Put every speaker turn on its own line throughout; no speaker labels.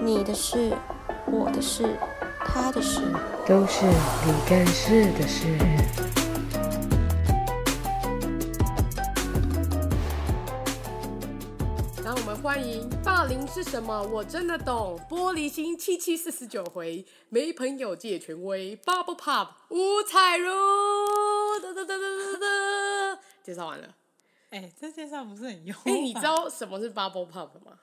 你的事、我的事、他的事。
都是你干事的事。
让我们欢迎霸凌是什么？我真的懂。玻璃心七七四十九回，没朋友界权威。Bubble Pop 吴彩如，哒哒哒哒哒哒。介绍完了。
哎、这介绍不是很优。
哎、你知道什么是 Bubble Pop 吗？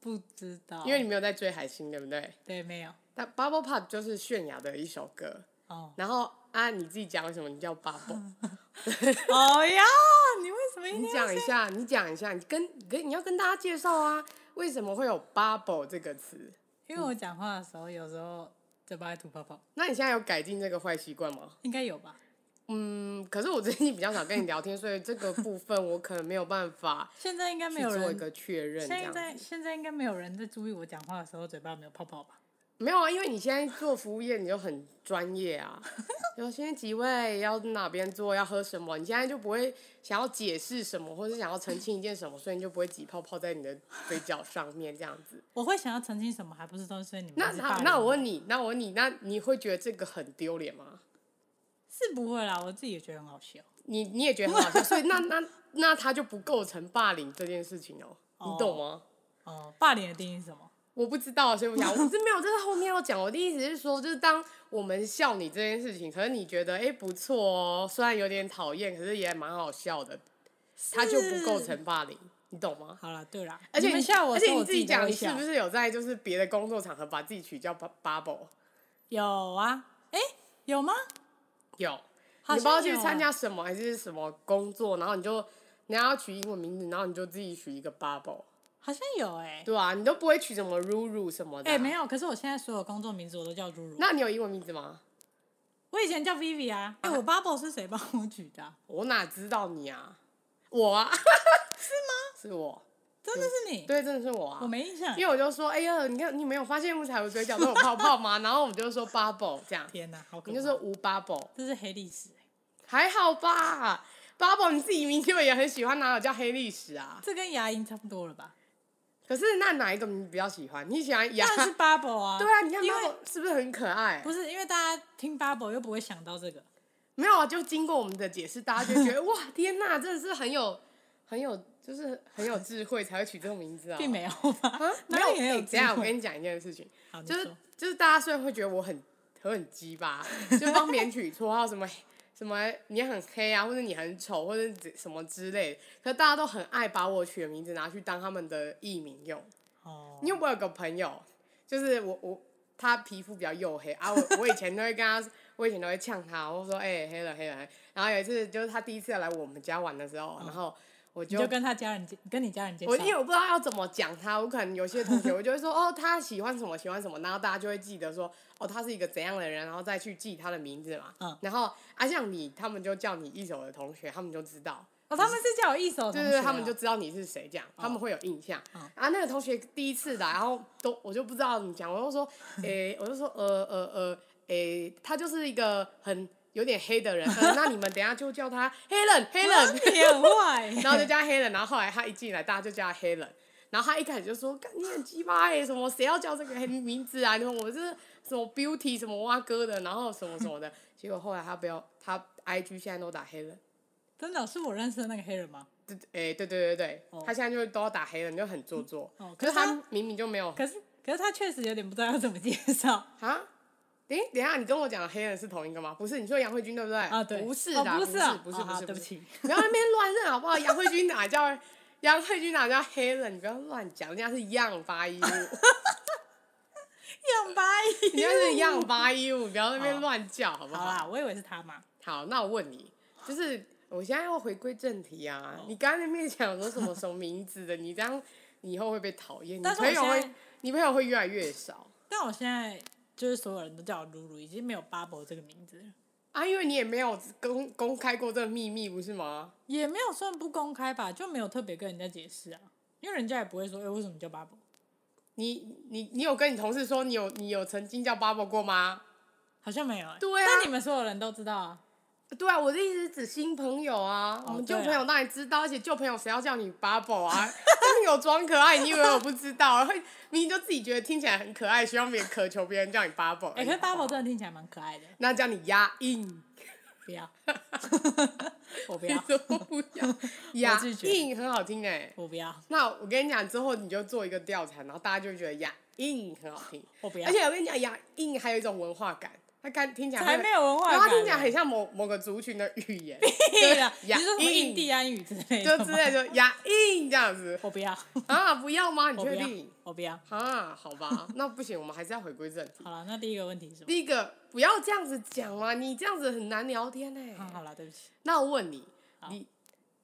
不知道？
因为你没有在追海星，对不对？
对没有
那 Bubble Pop 就是泫雅的一首歌。
哦
然后啊，你自己讲什么？你叫 Bubble，
哦呀，你为什么一定
你
要
讲一下，你讲一下，你跟跟你要跟大家介绍啊，为什么会有 Bubble 这个词？
因为我讲话的时候有时候嘴巴会吐泡泡，
那你现在有改进这个坏习惯吗？
应该有吧？
嗯，可是我最近比较少跟你聊天，所以这个部分我可能没有办法
现在应该没
去
有
做一
人，
个确认。这
现
样
在
子
现在应该没有人在注意我讲话的时候嘴巴有没有泡泡吧？
没有啊，因为你现在做服务业，你就很专业 啊。有现在几位要哪边做，要喝什么，你现在就不会想要解释什么，或是想要澄清一件什么，所以你就不会挤泡泡在你的嘴角上面这样子。
我会想要澄清什么，还不是都是因为你们
那
是霸
好，
凌
那我问你，那我问你，那你会觉得这个很丢脸吗？
是不会啦，我自己也觉得很好笑。
你你也觉得很好笑，所以那那那他就不构成霸凌这件事情哦，你懂吗？
哦，霸凌的定义是什么？
我不知道，所以我 想，我是没有，这是后面要讲。我的意思是说，就是当我们笑你这件事情，可是你觉得哎、诶不错哦，虽然有点讨厌，可是也蛮好笑的，它就不构成霸凌，你懂吗？
好了，对啦，
而且
你们笑我
而
的时
且
候，
你
我
自己
都
讲，
会
你是
笑
不是有在就是别的工作场合把自己取叫 bu- bubble？
有啊？哎、有吗？
有，
好像
你不知道去
有啊
参加什么还是什么工作，然后你就你要取英文名字，然后你就自己取一个 bubble，
好像有哎、
对啊，你都不会取什么 ruru 什么的、
哎、没
有。
有，可是我现在所有工作名字我都叫如如。
那你有英文名字吗？
我以前叫 Vivi 啊，哎、我 Bubble 是谁帮我取的啊、
我哪知道你啊？我 啊？是吗？是我。
真的是你？
对，真的是我啊。
我没印象。
因为我就说，哎呀，你看你没有发现木材我嘴角都有泡泡吗？ 然后我就说 bubble 这样，
天哪，好可
你
怕！
就说无 bubble，
这是黑历史、哎
还好吧？bubble 你自己明天也很喜欢，哪有叫黑历史啊？
这跟牙龈差不多了吧？
可是那哪一个你比较喜欢？你喜欢牙
当？然是 Bubble 啊。
对啊，你看
因为
bubble 是不是很可爱？
不是因为大家听 Bubble 又不会想到这个，
没有啊，就经过我们的解释，大家就觉得哇，天哪，真的是很有很有，就是很有智慧才会取这个名 字啊。
并没有吧？
啊，没
哪
有
里很有
欸
智
等一下我
慧
跟你讲一件事情，
好，你
就是
说。
就是大家虽然会觉得我很我很鸡巴，就帮别人取绰号什么什么你很黑啊，或者你很丑，或者怎什么之类的，可大家都很爱把我取的名字拿去当他们的艺名用。
哦
因为我有个朋友，就是我我他皮肤比较黝黑啊，我我以前都会跟他， 我以前都会呛他，我说哎、黑了黑了黑了。然后有一次就是他第一次来我们家玩的时候，然后我
你
就
就跟他家人介，跟你家人介绍。
我因为我不知道要怎么讲他，我可能有些同学我就会说哦，他喜欢什么喜欢什么，然后大家就会记得说哦，他是一个怎样的人，然后再去记他的名字嘛。
嗯
然后啊，像你他们就叫你一手的同学，他们就知道，
哦，他们是叫我一手同学
对
啊，哦
对对，他们就知道你是谁，这样、他们会有印象。
嗯
啊，那个同学第一次来，然后都我就不知道怎么讲，我就说诶、我就说呃呃呃，诶、他就是一个很有点黑的人，呃那你们等一下就叫他黑人黑人。
你也 很坏。
然后就叫他黑人，然后后来他一进来，大家就叫他黑人。然后他一开始就说：“干你很鸡巴哎，什么谁要叫这个黑名字啊？你说我是什么 beauty 什么蛙哥的，然后什么什么 的。”结果后来他不要，他 IG 现在都打黑人。
真的是我认识的那个黑人吗？
对，哎，对对对对，
哦
他现在就都要打黑人，就很做作。
哦
嗯可
可
是
是他
他明明就没有
可是可是他确实有点不知道要怎么介绍。
啊。等等一下，你跟我讲的黑人是同一个吗？不是，你说杨慧君对不对？
啊，对，
不是
哦
的，
不
是，
啊
不是，
哦
不
好
是，
对
不
不
是。
起，
不要在那边乱认好不好？杨慧君哪叫杨慧君哪叫黑人？你不要乱讲，人家是样八一五， 人
样吧。
家是样八一五，不要在那边乱叫好不
好
好？
啦，我以为是他嘛。
好那我问你，就是我现在要回归正题啊！你刚刚在那边讲说什么什么名字的，你这样你以后会被讨厌，你
但是
朋友
我现
会
在，
你朋友会越来越少
但我现在就是所有人都叫我露露，已经没有 Bubble 这个名字了，
啊，因为你也没有公公开过这个秘密，不是吗？
也没有算不公开吧，就没有特别跟人家解释啊，因为人家也不会说，哎、为什么叫 Bubble？
你你你有跟你同事说你有你有曾经叫 Bubble 过吗？
好像没有、欸，
对啊
但你们所有人都知道啊，
对啊，我的意思是指新朋友啊，我们旧
对啊
朋友当然知道，而且旧朋友谁要叫你 bubble 啊？ 真的有装可爱，你以为我不知道？会明明就自己觉得听起来很可爱，希望别人渴求别人叫你 bubble 而
哎、
已。
可是 Bubble 真的听起来蛮可爱的，
那叫你牙印，
不 要，我不 要，
都不要牙
拒绝
印很好听哎、
我不要，
那我跟你讲，之后你就做一个调查，然后大家就会觉得牙印很好听。
我不要
而且我跟你讲，牙印还有一种文化感，它看听起来
才
会
没有文化
然
感
后
呢。
它听起来很像某某个族群的语言，
对了，你
牙
是说什么印第安语之类的
就
吗？
之类的 牙印这样子
我不 要，
啊？不要吗？你
我不
确
要
定？，
我不要。
啊，好吧，那不行，我们还是要回归正题。
好了，那第一个问题是什么？
第一个，不要这样子讲嘛，你这样子很难聊天呢、
啊，好了，对不起，
那我问你，你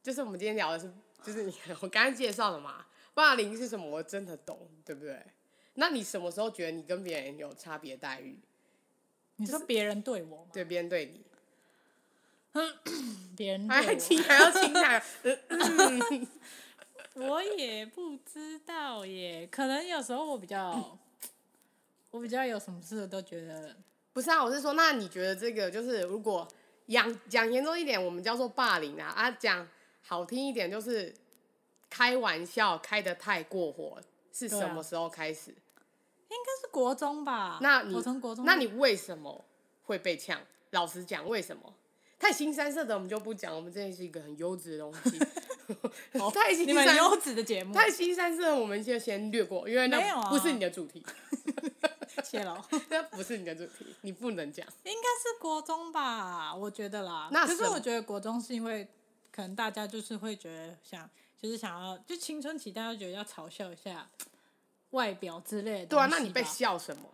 就是我们今天聊的是，就是你 我刚才介绍的嘛，霸凌是什么？我真的懂，对不对？那你什么时候觉得你跟别人有差别待遇？
你说别人对我吗？
对别人对你，
别人对
还
我。
亲还要亲 他，呃嗯
我也不知道耶，可能有时候我比较，我比较有什么事都觉得
不是啊，我是说，那你觉得这个就是如果讲讲严重一点，我们叫做霸凌啊，啊讲好听一点就是开玩笑开的太过火，是
对
什
啊
么时候开始？
应该是国中吧。
那你
我从国中，
那你为什么会被呛？老实讲，为什么？太新三色的我们就不讲，我们这是一个很优质的东西。 太新
哦你们
三
优质的节目，
太新三色我们就先略过，因为
没有
那
啊
不是你的主题，
谢了。
那不是你的主题，你不能讲。
应该是国中吧，我觉得啦。
那
可
什
是
么
我觉得国中是因为，可能大家就是会觉得想，就是想要，就青春期大家觉得要嘲笑一下外表之类的。
对啊，那你被？笑什么？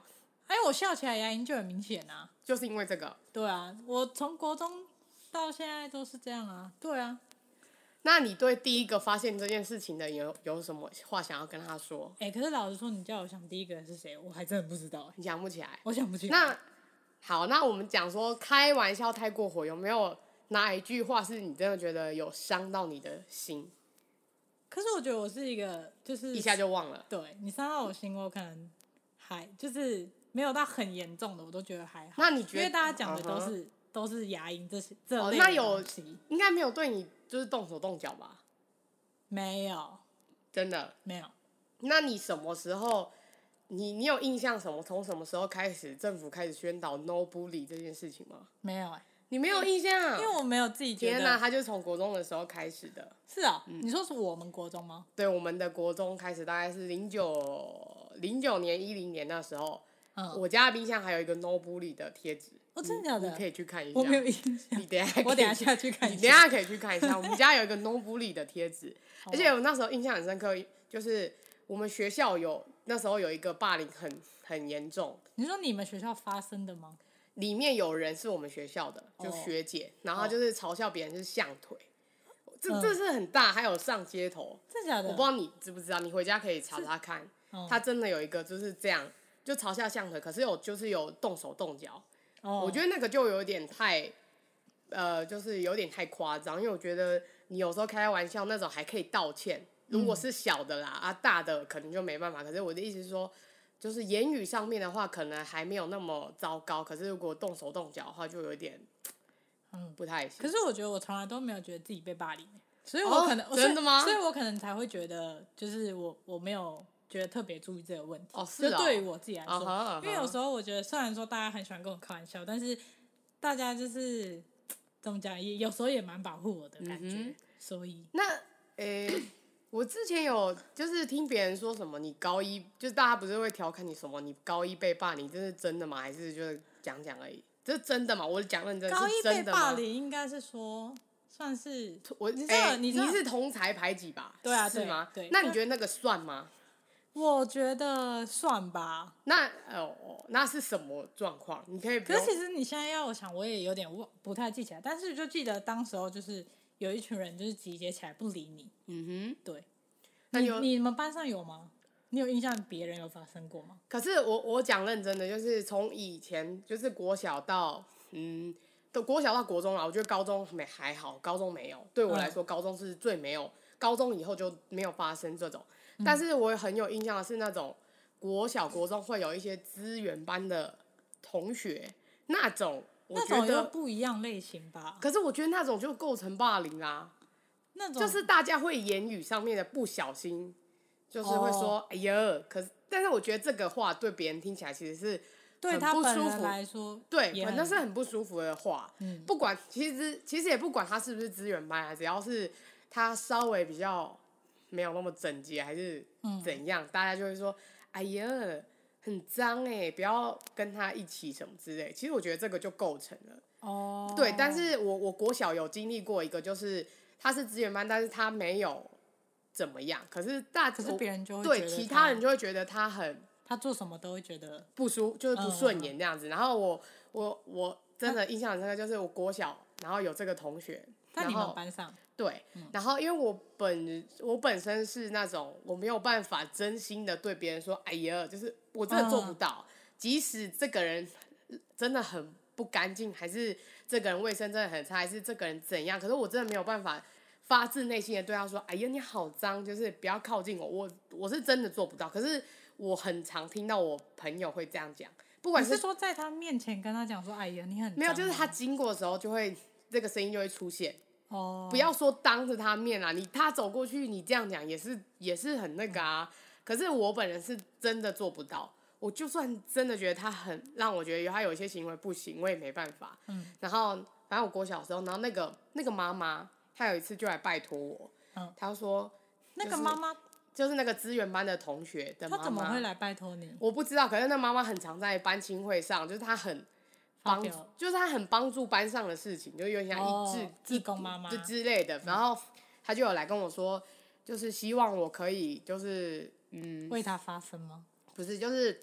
哎，我笑起来牙龈就很明显啊。
就是因为这个。
对啊，我从国中到现在都是这样啊。对啊，
那你对第一个发现这件事情的人有有什么话想要跟他说？
哎，可是老实说，你叫我想第一个人是谁，我还真的不知道哎、
你想不起来？
我想不起来。
那好，那我们讲说开玩笑太过火，有没有哪一句话是你真的觉得有伤到你的心，
可是我觉得我是一个，就是
一下就忘了？
对你伤到我心，我可能还就是没有到很严重的，我都觉得还好。
那你觉得
因为大家讲的都
嗯哼
是、都是牙龈这些这
哦
类的
那有
东西
应该没有对你就是动手动脚吧？
没有
真的？
没有？
那你什么时候？你你有印象什么？从什么时候开始，政府开始宣导 no bully 这件事情吗？
没有哎、
你没有印象？
因为我没有自己觉
嗯天
得。
哪、嗯他就从国中的时候开始的。
是啊、你说是我们国中吗？
对，我们的国中开始大概是零九零九年一零年那时候，
嗯，我
我家的冰箱还有一个 No Bully 的贴纸，
哦真的假
你可
的？
以去看一下。
我没有印象
你。等一下可以，
我等一下下去看一
你
下。
等一下可以去看一下。我们家有一个 No Bully 的贴 纸，
哦
而且我那时候印象很深刻，就是我们学校有那时候有一个霸凌很很严重，
你说你们学校发生的吗？
里面有人是我们学校的，就
哦
学姐，然后她
哦
就是嘲笑别人是象腿，这
嗯
这是很大，还有上街头。
真的假的？
我不知道你知不知道，你回家可以查查看
嗯，
他真的有一个就是这样，就朝下向的，可是有就是有动手动脚，
哦，
我觉
得
得那个就有点太，呃，就是有点太夸张，因为我觉得你有时候开玩笑那种还可以道歉，如
嗯
果是小的啦啊大的可能就没办法，可是我的意思是说。就是言语上面的话，可能还没有那么糟糕。可是如果动手动脚的话，就有点，
嗯
不太行。
可是我觉得我从来都没有觉得自己被霸凌，欸所以
哦
我可能、我
真的吗
所以所以我可能才会觉得，就是我我没有觉得特别注意这个问题。
哦是哦
就对于我自己来说
啊哈啊哈
因为有时候我觉得，虽然说大家很喜欢跟我开玩笑，但是大家就是怎么讲，也有时候也蛮保护我的感觉。
嗯
所以
那诶、我之前有就是听别人说什么，你高一就是大家不是会调侃你什么，你高一被霸凌，这是真的吗？还是就是讲讲而已？这是真的吗？我讲认真，
高一
是
被
真的吗
霸，凌，应该是说算是
我
你知道
诶
你
你
知道
是同才排挤吧？
对啊
是吗？
对对
那你觉得那个算吗？
我觉得算吧。
那呃哦，那是什么状况？你可以不
可是
用
其实你现在要我想，我也有点忘，不太记起来。但是就记得当时候就是有一群人就是集结起来不理你。
嗯
对，
哼，那
你
有
你们班上有吗？你有印象别人有发生过吗？
可是我我讲认真的，就是从以前就是国小到嗯，都国小到国中啦，啊我觉得高中没还好，高中没有，对我来说、高中是最没有，高中以后就没有发生这种。但是我很有印象的是那种国小国中会有一些资源班的同学，那种我
那
觉
种又
得，
不一样类型吧？
可是我觉得那种就构成霸凌啊，
那种
就是大家会言语上面的不小心，就是会说、
哦
哎呀，可是但是我觉得这个话对别人听起来其实是
对
很
他
不
本
舒
人
服
来嗯说，
对
也，
那
很
是很不舒服的话。不管其实其实也不管他是不是资源班啊，只要是他稍微比较没有那么整洁，还是
嗯
怎样，大家就会说：“哎呀，很脏哎、不要跟他一起什么之类。”其实我觉得这个就构成了。
哦，
对，但是我我国小有经历过一个，就是他是资源班，但是他没有怎么样，可是大可
可是别人就会觉
对
得
其
他
他人就会觉得他很
他做什么都会觉得
不舒，就是不
嗯
顺眼这样子。然后我我我真的印象很深刻，就是我国小，然后有这个同学，
在
然
你们
后
班上，
对，然后因为我本我本身是那种我没有办法真心的对别人说，哎呀，就是我真的做不
嗯
到，即使这个人真的很不干净，还是这个人卫生真的很差，还是这个人怎样，可是我真的没有办法。发自内心的对他说：“哎呀，你好脏，就是不要靠近我。我我是真的做不到，可是我很常听到我朋友会这样讲，不管
你
是
是说在他面前跟他讲说，哎呀，你很
没有，
脏啊
就是他
吗
经过的时候就会这个声音就会出现。
哦，
不要说当着他面啦，你他走过去，你这样讲也是也是很那个啊。
嗯
可是我本人是真的做不到，我就算真的觉得他很让我觉得他有一些行为不行，我也没办法。嗯，然后反正我国小的时候，然后那个那个妈妈，她有一次就来拜托我，
嗯
她说
那
就
个
是
妈妈，
就是那个资源班的同学的妈
他
妈，
怎么会来拜托你？
我不知道，可是那妈妈很常在班亲会上，就是她很帮
发表，
就是她很帮助班上的事情，就有点像
哦
一志
志工妈妈
之之类
嗯
的。然后她就有来跟我说，就是希望我可以，就是嗯，
为他发声吗？
不是，就是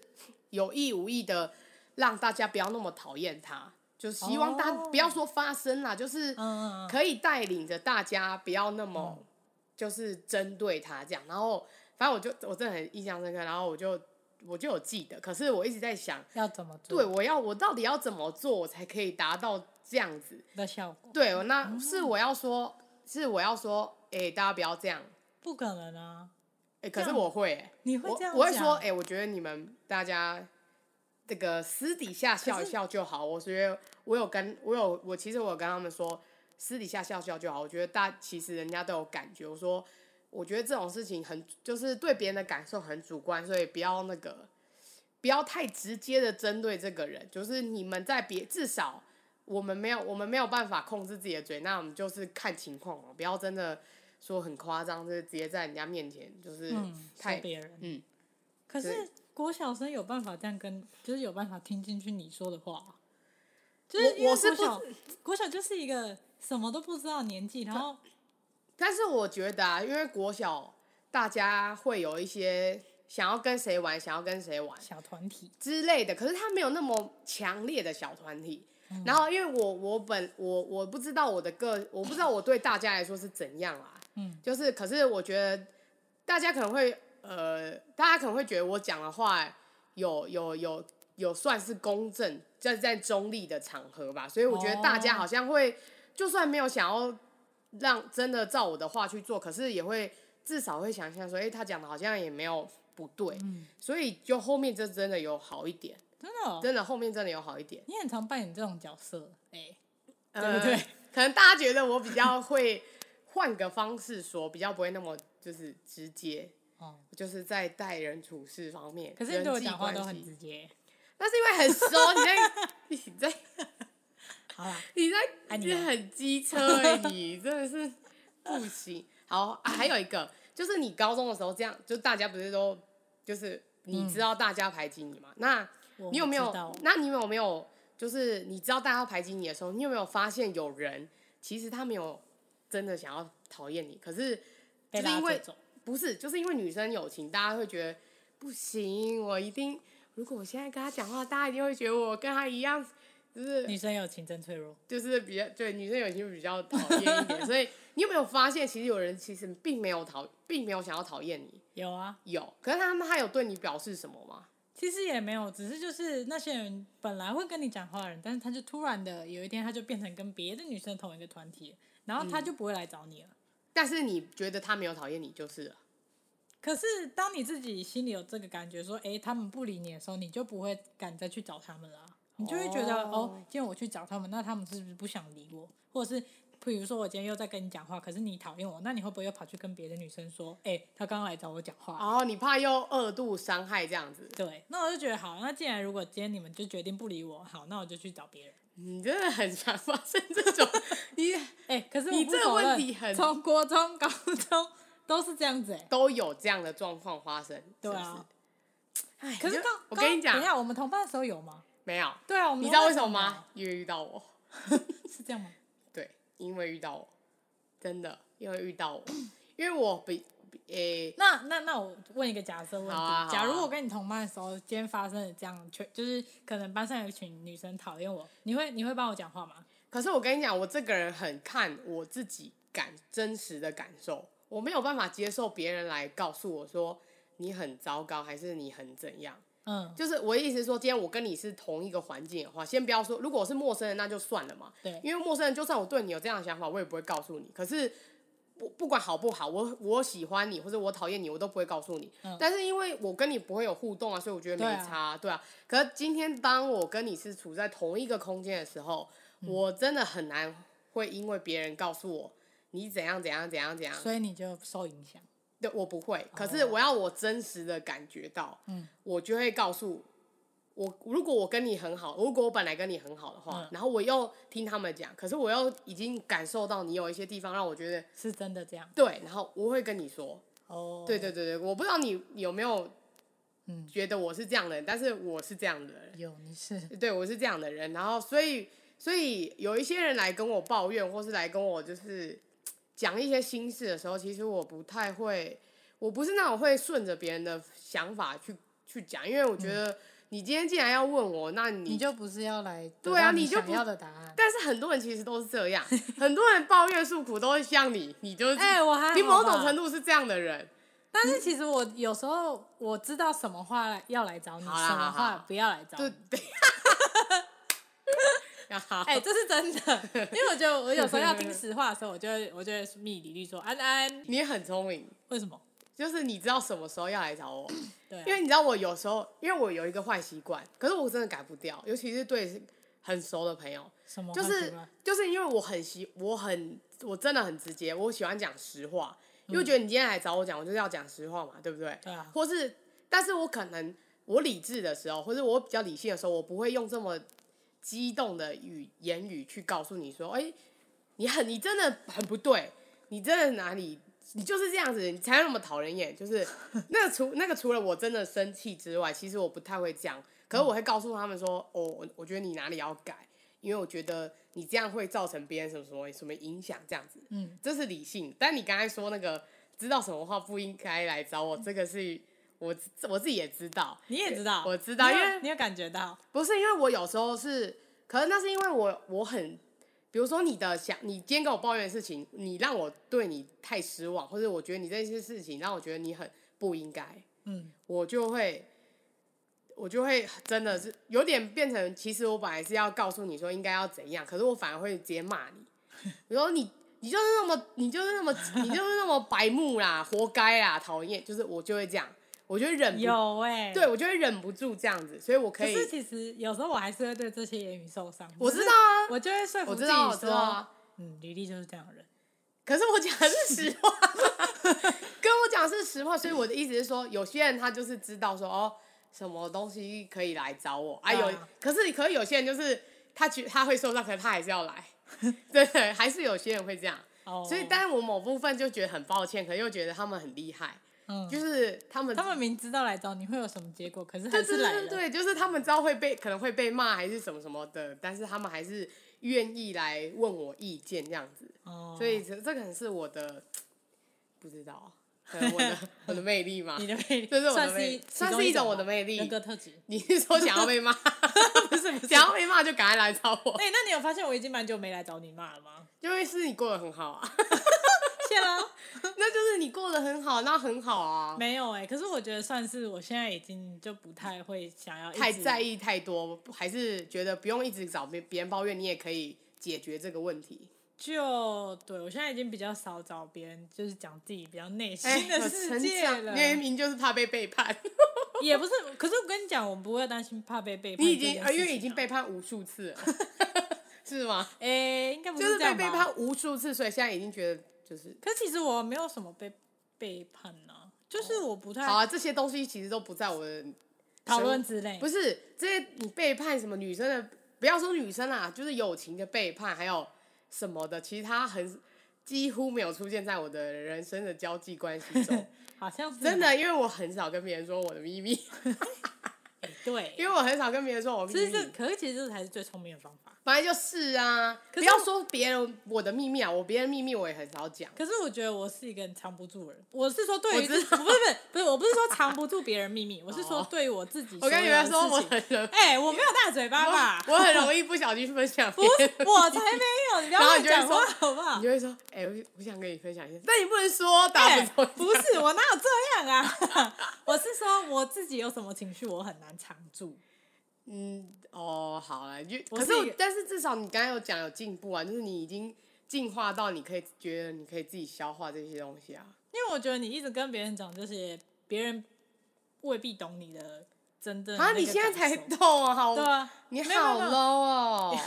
有意无意的让大家不要那么讨厌她，就希望大家
哦
不要说发生啦，就是
嗯嗯嗯，
可以带领着大家不要那么就是针对他这样。然后反正我就我真的很印象深刻，然后我就我就有记得，可是我一直在想，
要怎么做
对我要我到底要怎么做，我才可以达到这样子？
的效果？
对，我
嗯
那是我要说，是我要说，哎、大家不要这样。
不可能啊！
哎、可
这
是
样
我会、欸，
你会
我
这样
我会说，
讲
哎、我觉得你们大家这个私底下笑一笑就好。我觉得我有跟我有我其实我有跟他们说，私底下笑笑就好。我觉得大其实人家都有感觉。我说，我觉得这种事情很就是对别人的感受很主观，所以不要那个不要太直接的针对这个人。就是你们在别至少。我们没有，我们没有办法控制自己的嘴，那我们就是看情况嘛，不要真的说很夸张，就是直接在人家面前就是
嗯，
太、
说别人，
嗯，
可是
对
国小生有办法这样跟，就是有办法听进去你说的话啊，就
我
是因为
我是
国
不
小，国小就是一个什么都不知道的年纪，然后
但是我觉得啊，因为国小大家会有一些想要跟谁玩，想要跟谁玩
小团体，
之类的，可是他没有那么强烈的小团体。然后，因为我我本我我不知道我的个，我不知道我对大家来说是怎样啦。
嗯，
就是可是我觉得大家可能会呃，大家可能会觉得我讲的话有有有有算是公正，在在中立的场合吧，所以我觉得大家好像会，就算没有想要让真的照我的话去做，可是也会至少会想一下说，哎、他讲的好像也没有不对，所以就后面这真的有好一点，
真的哦、
真的后面真的有好一点，
你很常扮演这种角色，哎、
呃
对不对？
可能大家觉得我比较会换个方式说，比较不会那么就是直接，
哦，
就是在待人处事方面，
可是你对我
人际
讲话都
关
很
系
直接，
那是因为很熟，你在你在
好啦，
你在
爱你
你
哦
很机车哎、你真的是不行。好、啊，还有一个就是你高中的时候这样，就大家不是都就是你
嗯
知道大家排挤你嘛？那
我
你有没有
知道？
那你有没有就是你知道大家排挤你的时候，你有没有发现有人其实他没有真的想要讨厌你，可是
被
就是
拉
因为
走，
不是，就是因为女生友情，大家会觉得不行，我一定。如果我现在跟她讲话，大家一定会觉得我跟她一样，就是
女生友情真脆弱，
就是比较对女生友情比较讨厌一点。所以你有没有发现，其实有人其实并没有讨，并没有想要讨厌你，
有啊，
有，可是他们他有对你表示什么吗？
其实也没有，只是就是那些人本来会跟你讲话的人，但是他就突然的有一天，他就变成跟别的女生同一个团体了，然后他就不会来找你了。
但是你觉得他没有讨厌你就是了。
可是当你自己心里有这个感觉，说，哎，他们不理你的时候，你就不会敢再去找他们了啊。你就会觉得哦
哦，
今天我去找他们，那他们是不是不想理我？或者是，比如说我今天又在跟你讲话，可是你讨厌我，那你会不会又跑去跟别的女生说，哎、他刚刚来找我讲话？
哦，你怕又二度伤害这样子，
对，那我就觉得好，那既然如果今天你们就决定不理我，好，那我就去找别人。
你真的很常发生这种，你
哎、可是
你
我不
这个
否
问
认
题很
从国中、高中都是这样子、哎，
都有这样的状况发生，
对
是不
啊
是。哎
可是
就
高，
我跟你
高
讲
等一，下我们同班的时候有吗？
没有，
对啊，我们
你知
同
道
班
为什么
的时候
吗？因为遇到我，
有？是这样吗？
对，因为遇到我，真的，因为遇到我，因为我比比诶、
那那那我问一个假设问题：
好啊好啊
假如我跟你同班的时候，今天发生了这样，就就是可能班上有一群女生讨厌我，你会你会帮我讲话吗？
可是我跟你讲，我这个人很看我自己感真实的感受，我没有办法接受别人来告诉我说你很糟糕，还是你很怎样。
嗯，
就是我的意思是说，今天我跟你是同一个环境的话，先不要说，如果我是陌生人，那就算了嘛。
对
因为陌生人，就算我对你有这样的想法，我也不会告诉你。可是不不管好不好，我我喜欢你或者我讨厌你，我都不会告诉你。
嗯
但是因为我跟你不会有互动啊，所以我觉得
对
没
啊
差，对啊。可是今天当我跟你是处在同一个空间的时候，
嗯
我真的很难会因为别人告诉我你怎样怎样怎样怎样，
所以你就受影响。
对，我不会，可是我要我真实的感觉到，
哦嗯
我就会告诉我，如果我跟你很好，如果我本来跟你很好的话，
嗯
然后我又听他们讲，可是我又已经感受到你有一些地方让我觉得
是真的这样
对，然后我会跟你说，
哦
对对对对，我不知道你有没有
嗯
觉得我是这样的人，但是我是这样的人，
有你是
对我是这样的人，然后所以所以有一些人来跟我抱怨，或是来跟我就是讲一些心事的时候，其实我不太会，我不是那种会顺着别人的想法去去讲，因为我觉得你今天既然要问我，那你
嗯你就不是要来得
对啊
到你
你就
想
不
要的答案。
但是很多人其实都是这样，很多人抱怨诉苦都是像你，你就是
哎、我还
你
好
某种
吧
程，度是这样的人，
但是其实我有时候我知道什么话来要来找你，
好啦
什么
好
话
好
不要来找
对
你。
对。 好
哎、这是 真的，因为我觉得我有时候要听实话的时候，我就会我就会密李丽说安安，
你也很聪明，
为什么？
就是你知道什么时候要来找我。
对啊、
因为你知道我有时候，因为我有一个坏习惯，可是我真的改不掉，尤其是对很熟的朋友，
什么
就
坏习
是
惯
就是因为我很喜，我很我真的很直接，我喜欢讲实话，因为我觉得你今天来找我讲，我就是要讲实话嘛，对不对？
对啊
或是，但是我可能我理智的时候，或者我比较理性的时候，我不会用这么激动的语言语去告诉你说，哎、你很你真的很不对，你真的哪里你就是这样子，你才会那么讨人厌。就是 那个除那个除了我真的生气之外，其实我不太会这样，可是我会告诉他们说，哦，我我觉得你哪里要改，因为我觉得你这样会造成别人什么什么什么影响，这样子，
嗯，
这是理性。但你刚才说那个知道什么话不应该来找我，这个是我自我自己也知道，
你也知道，
我知道
你有
因为
你有感觉到，
不是因为我有时候是，可能那是因为我我很，比如说你的想，你今天跟我抱怨的事情，你让我对你太失望，或者我觉得你这些事情让我觉得你很不应该，
嗯，
我就会。我就会真的是有点变成，其实我本来是要告诉你说应该要怎样，可是我反而会直接骂 你，我说你你就是那么你就是那么你就是那么白目啦，活该啦，讨厌，就是我就会这样，我就会忍不，
有哎、
对我就会忍不住这样子，所以我
可
可以
是其实有时候我还是会对这些言语受伤。
我
就是
知道啊
我就会说服
我
自
知
己
道，我知
说，
道啊。
嗯，李丽就是这样的人。
可是我讲的是实话， 跟我讲的是实话，所以我的意思是说，有些人他就是知道说哦，什么东西可以来找 我啊，
对
有
啊，
可是可是有些人就是他觉他会受伤，可是他还是要来， 对，还是有些人会这样。
哦，
所以，但是我某部分就觉得很抱歉，可又觉得他们很厉害，
嗯，
就是他们
他们明知道来找你会有什么结果，可是还
对
是
对
来
对
了。
对，对就是他们知道会被可能会被骂还是什么什么的，但是他们还是愿意来问我意见这样子。
哦，
所以这这可能是我的不知道，可能我 的我的魅力嘛。
你的魅力
这是我的
算
魅
是一
力算
其
是一
种
种我
吧
的魅力
人格特质。
你是说想要被 骂？不是，想要被骂就赶快来找我，
哎、那你有发现我已经蛮久没来找你骂了吗？
因为是你过得很好啊，
谢啦。
那就是你过得很好，那很好啊，
没有哎、可是我觉得算是我现在已经就不太会想要一
太
直
在意太多，还是觉得不用一直找别别人抱怨，你也可以解决这个问题。
就对我现在已经比较少找别人，就是讲自己比较内
哎，
心的
我
世
成
界
长
了，
明明就是怕被背叛，
也不是。可是我跟你讲，我不会担心怕被背叛
你
这
已
件事情
经
啊。
呃，因为已经背叛无数次了， 是吗？
哎、应该不
就是
这
被
样
背
吧？
叛无数次，所以现在已经觉得就是
可其实我没有什么被背叛呢、就是我不太
好啊，这些东西其实都不在我的
讨论之类。
不是这些你背叛什么女生的，不要说女生啦，就是友情的背叛，还有什么的，其实它很几乎没有出现在我的人生的交际关系 中。
好像是
真的，因为我很少跟别人说我的秘密，
对，
因为我很少跟别人说我秘
其实这
密。
可是其实这才是最聪明的方法。
反正就是啊，
可
不
是
要
我
说别人我的秘密啊，我别人秘密我也很少讲。
可是我觉得我是一个很藏不住的人。我是说对于
我
自
知 哦
己，不是不是不是，我不是说藏不住别人秘密，我是说对于我自己。
我跟你们说，我很容
哎、我没有大嘴巴吧？
我很容易不小心分享
不
别人
是，我才没有，你不要
然后
乱
你就会
讲话
说
好不好
你就？会说，哎、我我想跟你分享一下，但你不能说，打
哎、
不通。
不是，我哪有这样啊？ 我是说我自己有什么情绪，我很难藏住。
嗯，哦，好了，就
我
可
是
是
一
我
个，
但是至少你刚刚有讲有进步啊，就是你已经进化到你可以觉得你可以自己消化这些东西啊。
因为我觉得你一直跟别人讲这些，别人未必懂你的真正的
啊，
嗯那个
你现在
感
才
受
懂啊，好，
对啊，
你
没有
好
没有
low 哦，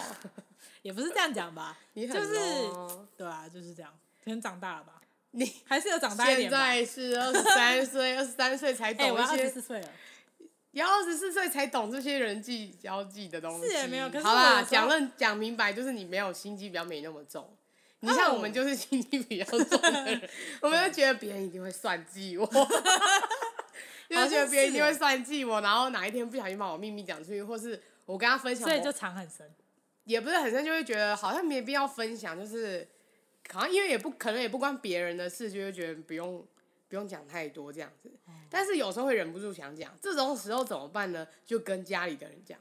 也不是这样讲吧，
你很
就是
low 哦
对啊，就是这样，可能长大了吧，
你
还是有长大一
现
点吧。
在是二十三岁，二十三岁才
哎、
懂
我要
一
二
些，
十四岁了，
要二十四岁才懂这些人际交际的东西。
是也没有可是
好
我
啦，
有时候
讲认讲明白，就是你没有心机比较没那么重。你像我们就是心机比较重的 人，我们就觉得别人一定会算计我，就是觉得别人一定会算计我，然后哪一天不小心把我秘密讲出去，或是我跟他分享我，
所以就藏很深。
也不是很深，就会觉得好像没必要分享，就是好像因为也不可能也不关别人的事，就会觉得不用不用讲太多这样子。
哦
但是有时候会忍不住想讲，这种时候怎么办呢？就跟家里的人讲，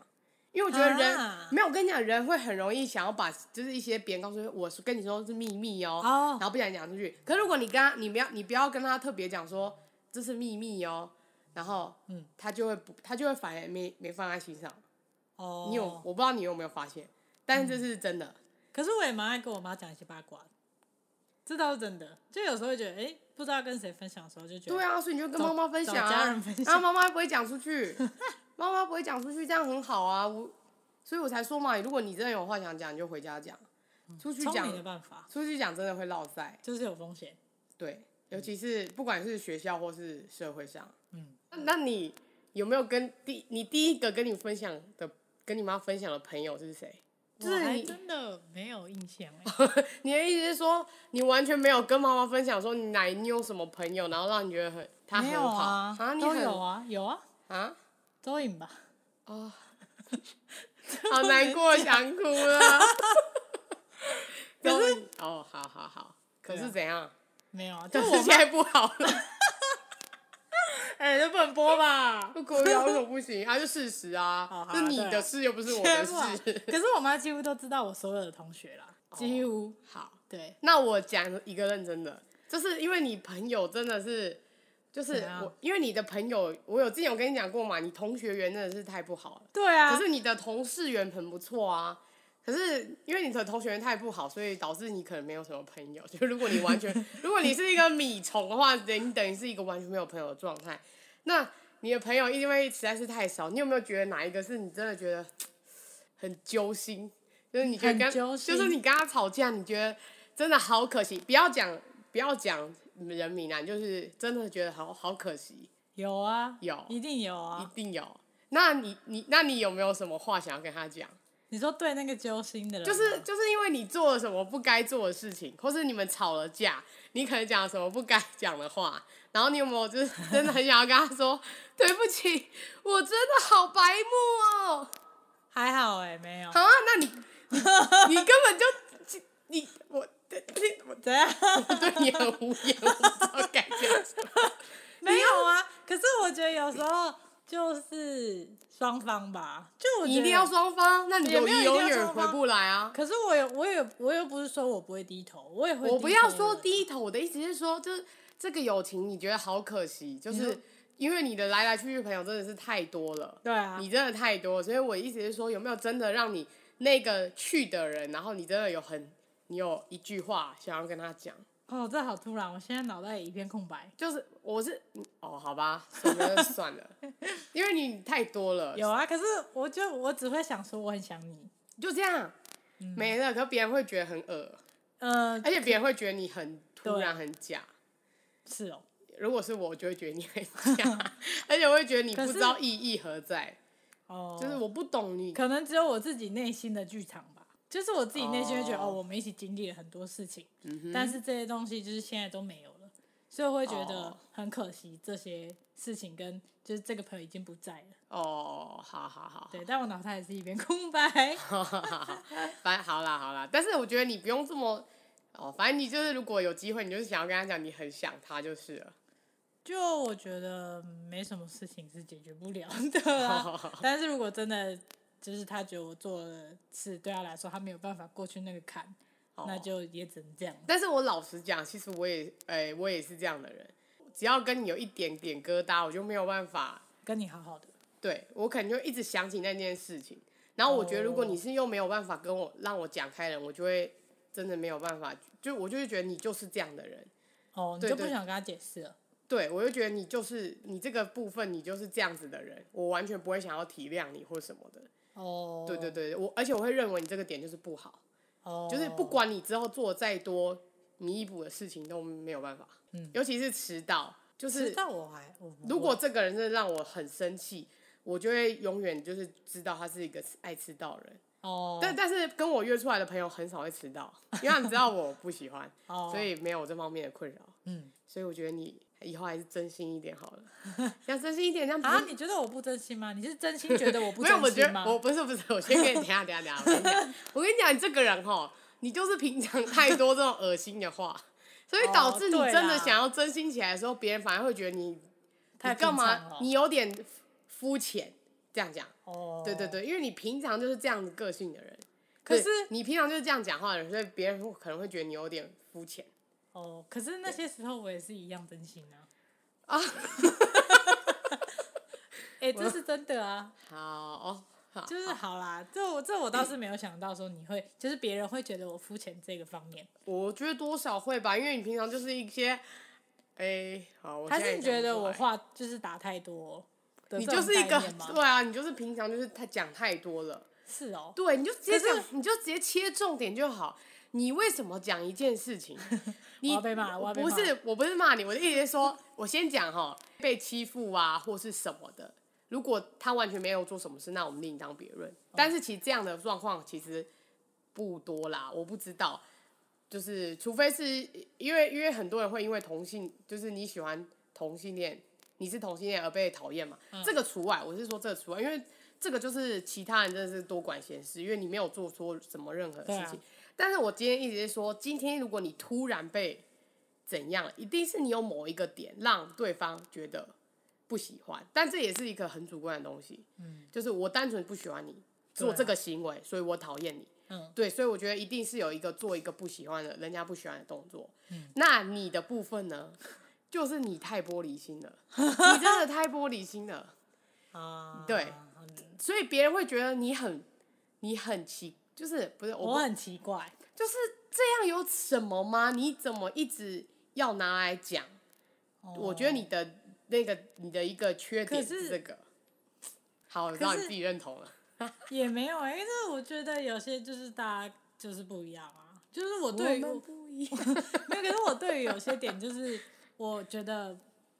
因为我觉得人、
啊
没有我跟你讲，人会很容易想要把就是一些别人告诉我是跟你说是秘密哦，
哦
然后不想讲出去。可是如果你跟他，你不要你不要跟他特别讲说这是秘密哦，然后
嗯
他就会不他就会反而没没放在心上。
哦，嗯
你有我不知道你有没有发现，但是这是真的。
可是我也蛮爱跟我妈讲一些八卦的，这倒是真的。就有时候会觉得，哎、不知道跟谁分享的时候，就觉得
对啊，所以你就跟
找
妈妈分享
找家人
啊
分，享
然后妈妈不会讲出去， 妈妈不会讲出去，这样很好啊。我，所以我才说嘛，如果你真的有话想讲，你就回家讲，出去
嗯聪
讲
明，的办法
出去讲真的会落塞。
就是有风险。
对，尤其是不管是学校或是社会上，
嗯
那，那你有没有跟第你第一个跟你分享的跟你妈分享的朋友是谁？就
我
是
还
你
真的没有印 象、哎。
你的意思是说，你完全没有跟妈妈分享说你哪你有什么朋友，然后让你觉得很他
没
很
有
好
啊，
你
都
很
有啊，有啊，
啊
都影吧。
哦，好难过，想哭 了。可是哦，好好好，可
对
是
啊
怎样？
没 有啊，就
可
我
是
妈
现在不好 了，
哎，这不能播吧？
不哭了，为什么不行？啊，就事实
好
啊，
好啊
是你
对啊
的事又不是我
全
的
部啊
事。 哦
可是我妈几乎都知道我所有的同学啦，几乎
好，
对。
那我讲一个认真的，就是因为你朋友真的是，就是
怎样
我，因为你的朋友，我有之前有跟你讲过嘛，你同学缘真的是太不好了。
对啊，
可是你的同事缘很不错啊。可是因为你的同学缘太不好，所以导致你可能没有什么朋友。就如果你完全， 如果你是一个米虫的话，等你等于是一个完全没有朋友的状态。那你的朋友因为实在是太少，你有没有觉得哪一个是你真的觉得很揪心？就是你觉得 跟，
很揪心
就是你跟他吵架，你觉得真的好可惜。不要讲，不要讲人名啊，就是真的觉得好好可惜，
有啊，
有
一定有
一
啊。
定有。那你你那你有没有什么话想要跟他讲？
你说对那个揪心的人吗，
就是就是因为你做了什么不该做的事情，或是你们吵了架，你可能讲了什么不该讲的话，然后你有没有就是真的很想要跟他说对不起，我真的好白目哦
还好哎，没有
啊？那你你你根本就你我你我
怎样？
我对你很无言，我不知道该讲什么。
没有啊。可是我觉得有时候就是双方吧，就我觉
你
得
一定要。双方，那你
也
友
没有
谊
一定要
永远
双方
回不来啊。
可是我也，我也，我又不是说我不会低头，我也会。
我不要说，低头，我的意思是说，就是这个友情你觉得好可惜，就
你
是
说
因为你的来来去去朋友真的是太多了，
对啊，
你真的太多了，所以我意思是说，有没有真的让你那个去的人，然后你真的有很你有一句话想要跟他讲，
哦，这好突然，我现在脑袋一片空白。
就是我是嗯哦，好吧，我觉得算了， 因为你太多了，
有啊，可是我就我只会想说我很想你。
就这样、
嗯
没了，可别人会觉得很恶，
呃，
而且别人会觉得你很突
对
然很假。
是哦，
如果是我，我就会觉得你很假，而且我会觉得你
可
不
是
知道意义何在，
哦，
就是我不懂你。
可能只有我自己内心的剧场吧，就是我自己内心会觉得
哦嗯
哦我们一起经历了很多事情，但是这些东西就是现在都没有了，所以我会觉得
哦
很可惜，这些事情跟就是这个朋友已经不在了。
哦，好好好，
对，但我脑袋还是一片 空白。
反正好啦好啦，但是我觉得你不用这么。哦，反正你就是如果有机会，你就是想要跟他讲你很想他就是了。
就我觉得没什么事情是解决不了的
哦
啦但是如果真的就是他觉得我做的事对他来说他没有办法过去那个坎，那
哦
就也只能这样。
但是我老实讲，其实我也，哎、我也是这样的人，只要跟你有一点点疙瘩，我就没有办法
跟你好好的，
对我可能就一直想起那件事情。然后我觉得，
哦
如果你是又没有办法跟我让我讲开的人，我就会真的没有办法，就我就会觉得你就是这样的人。
哦，你
对
就不
对
想跟他解释了。
对，我就觉得你就是你这个部分，你就是这样子的人，我完全不会想要体谅你或什么的。
哦，
对对，对，我而且我会认为你这个点就是不好，
哦，
就是不管你之后做再多弥补的事情都没有办法。
嗯
尤其是迟到，就是
知道我还我不
如果
会
这个人真的让我很生气，我就会永远就是知道他是一个爱迟到的人。
哦，
但但是跟我约出来的朋友很少会迟到，因为他们知道我不喜欢，
哦
所以没有这方面的困扰。
嗯
所以我觉得你以后还是真心一点好了， 要真心一点，这样不
啊，
是
你觉得我不真心吗？你是真心觉得我不
没有？我
真
觉
心
得
吗？
我不是不是，我先跟你等一下等一下等一下，我跟你讲，我 跟你讲，你这个人哈，你就是平常太多这种恶心的话，所以导
哦
致你
对
真的
啦
想要真心起来的时候，别人反而会觉得你
太
你干
平常
嘛
了？
你有点肤浅，这样讲。
哦，
对对，对，因为你平常就是这样子个性的人，
可
对
是
你平常就是这样讲话的人，所以别人会可能会觉得你有点肤浅。
哦，可是那些时候我也是一样真心啊。
啊，
哎，这是真的啊，
好哦，好，
就是好啦，这我这我倒是没有想到说你会， 就是别人会觉得我肤浅这个方面，
我觉得多少会吧，因为你平常就是一些，哎，好，我
还
现在
是
也
你
讲
觉
不
得
出
我
来？
话就是打太多的
你
这
就
种
是一
概
个
念 吗
对啊，你就是平常就是太讲太多了，
是哦，
对，你就直接
可是
讲，你就直接切重点就好。你为什么讲一件事 情？你
我要被骂我要被
不
骂
是，我不是骂你，我的意思是说，我先讲哈，被欺负啊，或是什么的。如果他完全没有做什么事，那我们另当别论。
哦
但是其实这样的状况其实不多啦，我不知道，就是除非是因为因为很多人会因为同性，就是你喜欢同性恋，你是同性恋而被讨厌嘛，
嗯
这个除外。我是说这个除外，因为这个就是其他人真的是多管闲事，因为你没有做出什么任何事
对啊
情。但是我今天一直在说，今天如果你突然被怎样，一定是你有某一个点让对方觉得不喜欢，但这也是一个很主观的东西。嗯，就是我单纯不喜欢你做
对啊
这个行为，所以我讨厌你。
嗯，
对，所以我觉得一定是有一个做一个不喜欢的人家不喜欢的动作。
嗯
那你的部分呢， 就是你太玻璃心了，你真的太玻璃心 了，
啊，
对所以别人会觉得你很你很奇，就是不是
我
我不
很奇怪，
就是这样有什么吗？你怎么一直要拿来讲？我觉得你的那个你的一个缺点
哦可是
这个。好，我
可
让你
是
自己认同了。
也没有哎、因为我觉得有些就是大家就是不一样啊，就是我对于我
不一样。
没有，可是我对于有些点就是我觉得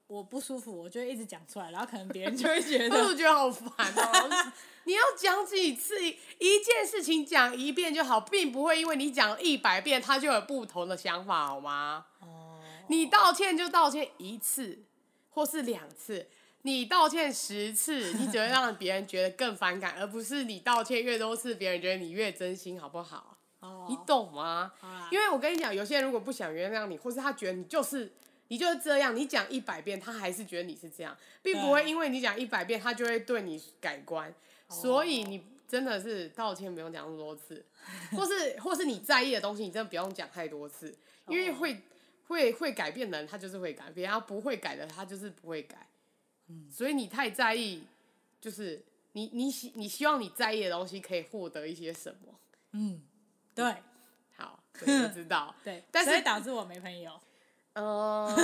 我不舒服，我就会一直讲出来，然后可能别人就会觉
但是 我
得
觉得好烦 哦。你要讲几次一件事情讲一遍就好，并不会因为你讲一百遍，他就有不同的想法，好吗？
哦，
你道歉就道歉一次，或是两次。你道歉十次，你只会让别人觉得更反感，而不是你道歉越多次，别人觉得你越真心，好不好？
哦
你懂吗？
好啦
因为我跟你讲，有些人如果不想原谅你，或是他觉得你就是你就是这样，你讲一百遍，他还是觉得你是这样，并不会因为你讲一百遍，他就会对你改观。所以你真的是道歉不用讲那么多次，或是或是你在意的东西，你真的不用讲太多次，因为会会会改变的人，他就是会改变；他不会改的，他就是不会改。所以你太在意，就是你你希你希望你在意的东西可以获得一些什么？
嗯，对，
好，对，我知道。
对，
但
所以
是
导致我没朋友。
呃，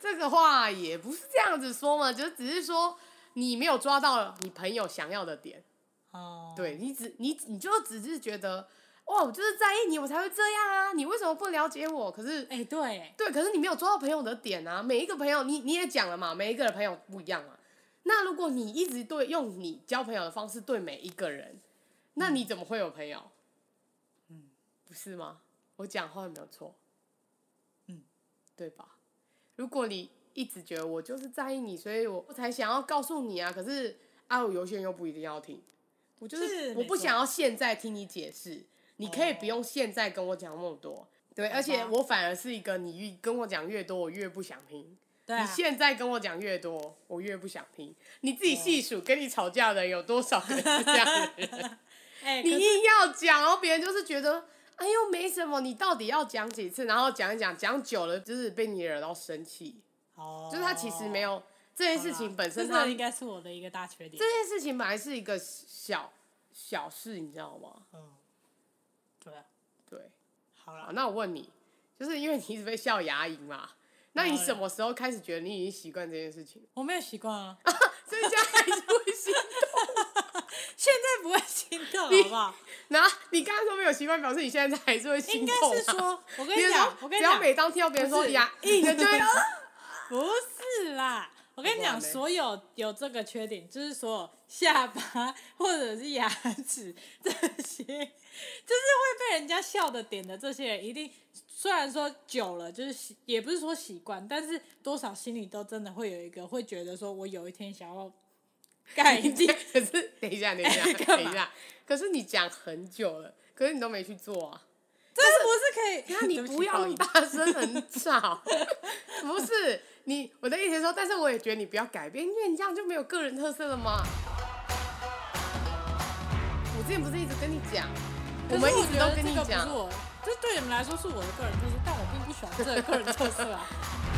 这个话也不是这样子说嘛，就只是说你没有抓到你朋友想要的点，
哦，
对你只你你就只是觉得哇，我就是在意你，我才会这样啊，你为什么不了解我？可是。
哎、对，
对，可是你没有抓到朋友的点啊！每一个朋友，你你也讲了嘛，每一个人朋友不一样嘛。那如果你一直对用你交朋友的方式对每一个人，那你怎么会有朋友？嗯，不是吗？我讲话有没有错？
嗯，
对吧？如果你一直觉得我就是在意你，所以我我才想要告诉你啊。可是啊，我有些人又不一定要听，我就是我
没
不
错哦
想要现在听你解释，你可以不用现在跟我讲那么多。对，而且
吧
我反而是一个你越跟我讲越多，我越不想听。
对、啊
你，现在跟我讲越多，我越不想听。你自己
啊
细数跟你吵架的人有多少个是这样的 人，
哎、
你
可是
硬要讲，然后别人就是觉得，哎呦没什么，你到底要讲几次？然后讲一讲，讲久了就是被你惹到生气，
哦，
就是他其实没有这件事情本身
好啦
他，
这应该是我的一个大缺点。
这件事情本来是一个小小事，你知道吗？
嗯，对啊，
对，
好
好，
了，
那我问你，就是因为你一直被笑牙龈嘛，那你
当然
什么时候开始觉得你已经习惯这件事情？
我没有习惯 啊，
所以现在还是会心。
现在不会 心
你
痛，好不好？
然后你刚刚说没有习惯，表示你现在还是会心
应该
痛、啊。
是说，我跟
你
你
是
讲
说，
我跟你
只要
讲，
每当听到别人
不
说
是
牙硬的，就会
呃
哦
不是啦，我跟你
不然
讲，
嘞
所有有这个缺点，就是所有下巴或者是牙齿这些，就是会被人家笑的点的这些人，一定虽然说久了，就是习也不是说习惯，但是多少心里都真的会有一个会觉得说，我有一天想要改进。
可是等一下，等一下，
干嘛
等一下。可是你讲很久了，可是你都没去做啊。
这是 不是可以？
那你
对不起
不要那么，大声，很吵。 不是你，我的意思是说，但是我也觉得你不要改变，因为你这样就没有个人特色了嘛。我之前不是一直跟你讲，
不好意思
们一
可是我
直都
觉得
跟你
这个不
讲
是，我，这对你们来说是我的个人特色，但我并不喜欢这个个人特色啊。